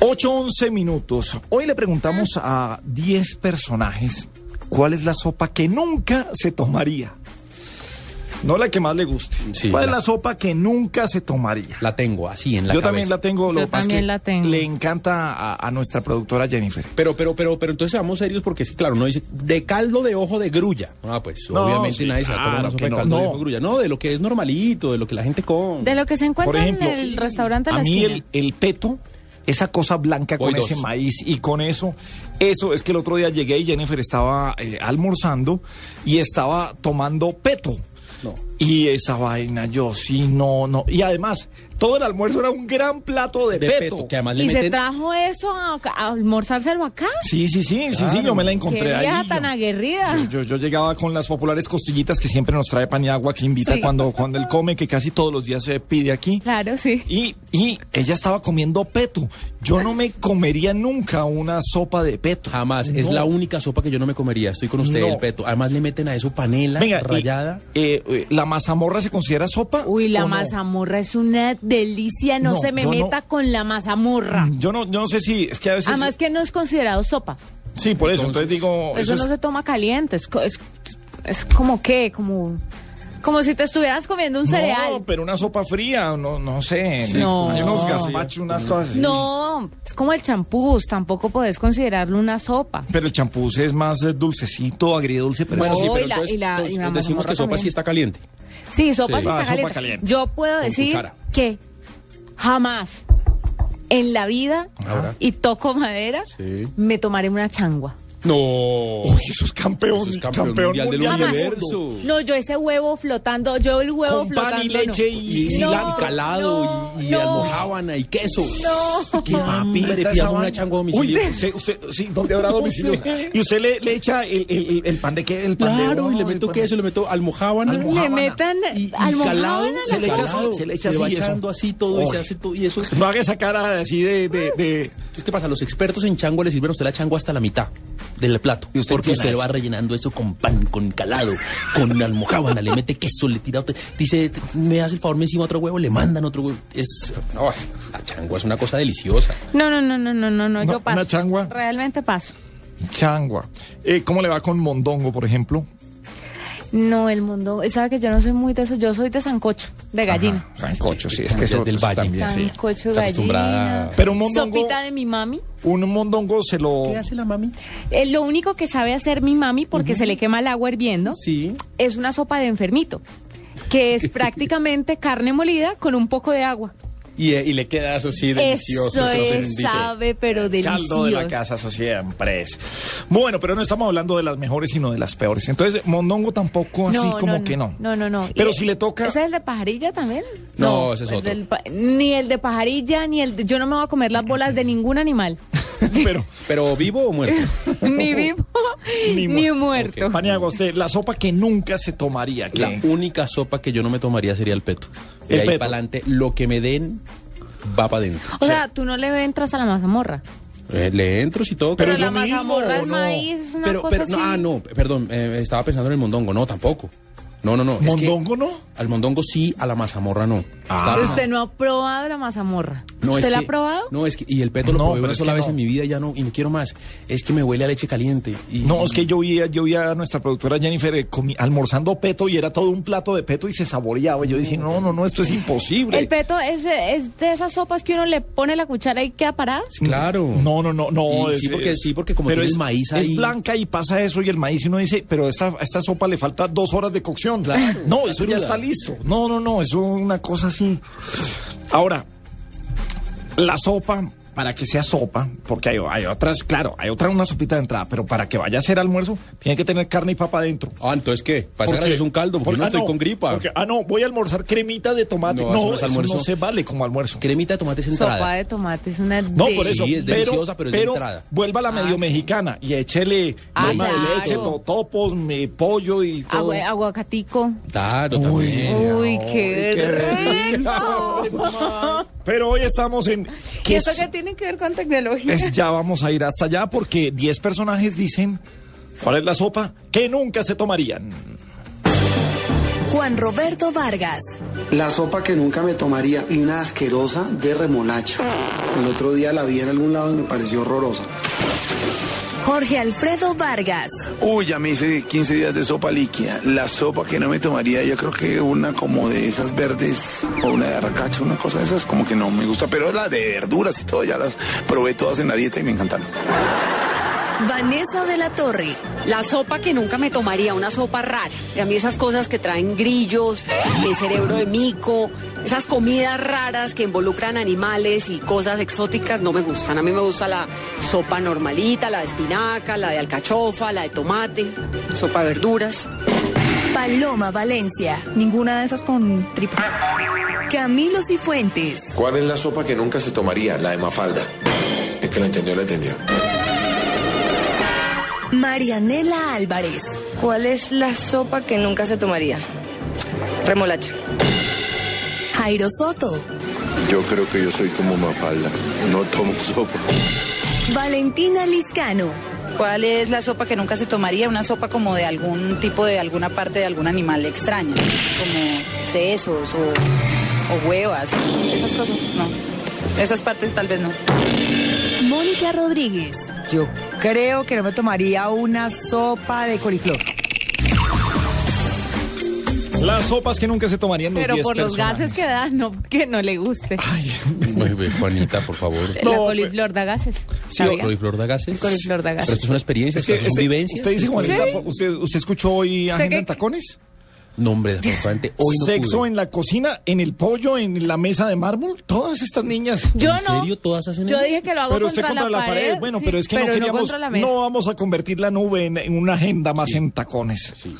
8-11 minutos. Hoy le preguntamos a 10 personajes cuál es la sopa que nunca se tomaría. No la que más le guste. Sí, ¿Cuál es la- la sopa que nunca se tomaría? La tengo así en la Yo cabeza. también la tengo. Lo Yo que pasa es también que la tengo. Le encanta a, a nuestra productora Jennifer. Pero, pero, pero, pero entonces seamos serios porque es que, claro, no dice de caldo de ojo de grulla. Ah, pues No, obviamente sí, nadie se va a tomar claro una sopa que de no, caldo de no. ojo de grulla. No, de lo que es normalito, de lo que la gente come. De lo que se Por encuentra ejemplo, en el restaurante de a la mí esquina. el, el peto, esa cosa blanca Voy con dos. ese maíz y con eso, eso es que el otro día llegué y Jennifer estaba eh, almorzando y estaba tomando peto. No. Y esa vaina, yo sí, no, no. Y además, todo el almuerzo era un gran plato de, de peto. peto, que además le ¿Y se meten. trajo eso a, a almorzárselo acá? Sí, sí, sí, sí, sí, Claro. yo me la ¡Qué encontré vieja ahí. yo- tan aguerrida! Yo, yo- yo llegaba con las populares costillitas que siempre nos trae pan y agua, que invita Sí. cuando, cuando él come, que casi todos los días se pide aquí. Claro, sí. Y, y ella estaba comiendo peto. Yo no me comería nunca una sopa de peto. Jamás. Es No. la única sopa que yo no me comería. Estoy con usted, No. el peto. Además le meten a eso panela Venga, y, rayada. eh, eh, ¿La mazamorra se considera sopa? Uy, o la no? mazamorra es una delicia. No, No, se me yo no- Mm. meta con la mazamorra. Yo no, yo no sé si es que a veces. Además que no es considerado sopa. sí, por eso. Entonces Entonces, digo. eso no es- se toma caliente. Es, co- es, es como que, como, como si te estuvieras comiendo un No, cereal. pero una sopa fría, no, no sé. No. Hay unos gazpachos, unas cosas. así. No, es como el champús. Tampoco podés considerarlo una sopa. Pero el champús es más eh, dulcecito, agridulce, pero Bueno, sí. sí, y la- y la- y la decimos mazamorra que sopa también. sí está caliente. Sí, sopa Sí. sí Ah, está sopa caliente. caliente. Yo puedo Con decir cuchara. que jamás en la vida, Ahora. y toco madera, Sí. me tomaré una changua. No. Uy, eso es campeón, Eso es campeón, campeón mundial, mundial del Jamás. universo. No, yo ese huevo flotando, yo el huevo Con flotando. pan y no. leche Y, y y No, la- y calado no, y, y no. almojábana y queso. No. Qué papita Hombre, esa pidamos una vaina. changua a domicilio. Uy, usted, usted, sí, ¿dónde habrá domicilio? sé. Y usted le, le echa el, el- el- el pan de qué, el pan de Claro, bono, y le el meto pan de- queso, le meto almojábana. Almojábana. Le metan y, y calado, almojábana. se le echa así, calado, se le echa va así eso. echando así todo y Uy. se hace todo y eso. No haga esa cara así de... de, de- Entonces, ¿qué pasa? Los expertos en changua le sirven a usted la changua hasta la mitad del plato. ¿Y usted porque llena usted eso? va rellenando eso con pan, con calado, con almojábana, le mete queso, le tira. otro- Dice, me hace el favor, me encima otro huevo, le mandan otro huevo. Es. No, es- la changua es una cosa deliciosa. No, no, no, no, no, no, no, No, yo paso. una changua. Realmente paso. Changua. Eh, ¿Cómo le va con mondongo, por ejemplo? No, el mundo, sabe que yo no soy muy de eso, yo soy de sancocho, de gallina. Ajá, Sancocho, sí, es que Ya eso es del eso valle. también, sí. Sancocho, Está acostumbrada. gallina. Pero un mondongo- Sopita de mi mami. Un mondongo se lo... ¿Qué hace la mami? Eh, lo único que sabe hacer mi mami, porque se le quema el agua hirviendo, Sí. es una sopa de enfermito, que es prácticamente carne molida con un poco de agua. Y, eh, y le queda eso así delicioso. Eso eso es, dice. sabe, pero Caldo de la delicioso. casa siempre es. Bueno, pero no estamos hablando de las mejores, sino de las peores. Entonces, mondongo tampoco así como Oh, que no. No, no, no. Pero Y, si le toca... ¿Ese es el de pajarilla también? No, ese es el otro. del pa- ni el de pajarilla, ni el de- Yo no me voy a comer las bolas de ningún animal. pero, ¿Pero vivo o muerto? ni vivo, Ni ni, mu- muerto. Paniagua, usted, la sopa que nunca se tomaría. La ¿qué? única sopa que yo no me tomaría sería el peto. De El ahí peto. para adelante, lo que me den va para adentro. O sea, tú no le entras a la mazamorra. Eh, le entro si todo. Pero, Pero la yo mismo, mazamorra es no. maíz, es una pero, cosa pero- no, así. ah, no, perdón, eh, estaba pensando en el mondongo. No, tampoco. No, no, no. es que ¿Mondongo Ah. no? Al mondongo sí, a la mazamorra no. Estaba Pero pensando- usted no ha probado la mazamorra. No, ¿Usted es la que- ha probado? No, es que, y el peto lo No, probé pero una es sola que vez no. en mi vida, ya no, y no quiero más. Es que me huele a leche caliente. y- No, es que yo vi, yo vi a nuestra productora Jennifer eh, comi- almorzando peto y era todo un plato de peto y se saboreaba. Y Yo dije, no, no, no, esto es imposible. El peto es, es de esas sopas que uno le pone la cuchara y queda parada. Claro. No, no, no, no. Y sí, porque- sí, porque como pero tiene es, el maíz Es ahí. blanca y pasa eso y el maíz y uno dice, pero esta, a esta sopa le falta dos horas de cocción. Claro, no, está eso ya cruda. está listo. No, no, no, eso es una cosa así. Ahora, la sopa, para que sea sopa, porque hay, hay otras, claro, hay otra una sopita de entrada, pero para que vaya a ser almuerzo, tiene que tener carne y papa adentro. Ah, entonces qué? Para Porque- esa es un caldo, porque, porque- yo no ah, estoy con gripa. porque- ah, no, voy a almorzar cremita de tomate. No, No, eso no es eso almuerzo. no se vale como almuerzo. Cremita de tomate es entrada. Sopa de tomate es una No, por eso. Sí, es deliciosa, pero es de entrada. Ah, Vuelva a la medio mexicana y échele Ah, crema de claro. leche, totopos, mi pollo y todo. Agua- aguacatico. Claro, también. Uy, Ay, qué, qué rico. Eh, Pero hoy estamos en. ¿Y ¿Qué eso es- qué tiene que ver con tecnología? es- ya vamos a ir hasta allá porque 10 personajes dicen cuál es la sopa que nunca se tomarían. Juan Roberto Vargas. La sopa que nunca me tomaría y una asquerosa de remolacha. El otro día la vi en algún lado y me pareció horrorosa. Jorge Alfredo Vargas. Uy, ya me hice 15 días de sopa líquida. La sopa que no me tomaría, yo creo que una como de esas verdes o una de arracacha, una cosa de esas, como que no me gusta. Pero la de verduras y todo, ya las probé todas en la dieta y me encantaron. Vanessa de la Torre. La sopa que nunca me tomaría, una sopa rara. A mí esas cosas que traen grillos, el cerebro de mico, esas comidas raras que involucran animales y cosas exóticas no me gustan. A mí me gusta la sopa normalita, la de espinaca, la de alcachofa, la de tomate, sopa de verduras. Paloma Valencia. Ninguna de esas con tripa. Camilo Cifuentes. ¿Cuál es la sopa que nunca se tomaría? La de Mafalda. El que la entendió, la entendió. Marianela Álvarez. ¿Cuál es la sopa que nunca se tomaría? Remolacha. Jairo Soto. Yo creo que yo soy como Mafalda. No tomo sopa. Valentina Liscano. ¿Cuál es la sopa que nunca se tomaría? Una sopa como de algún tipo de alguna parte de algún animal extraño, como sesos o, o huevas, esas cosas, no. Esas partes tal vez no. Mónica Rodríguez. Yo creo que no me tomaría una sopa de coliflor. Las sopas que nunca se tomarían los Pero 10 por los gases personajes. que da, no, que no le guste. Muy bien, Pues, Juanita, por favor. la coliflor da gases. ¿sabía? Coliflor da gases. Coliflor da gases. Pero esto es una experiencia, Es que esto es una este- vivencia. Usted dice, esto es- Juanita, ¿usted, usted escuchó hoy Agenda qué- en Tacones? Nombre de Juanita, Hoy no Sexo pude. en la cocina, en el pollo, en la mesa de mármol. Todas estas niñas. Yo ¿En no. serio todas hacen Yo eso? dije que lo hago pero contra, usted contra la, pared. Bueno, sí, pero es que no queríamos. contra la No, mesa. vamos a convertir la nube en, en una agenda más en tacones.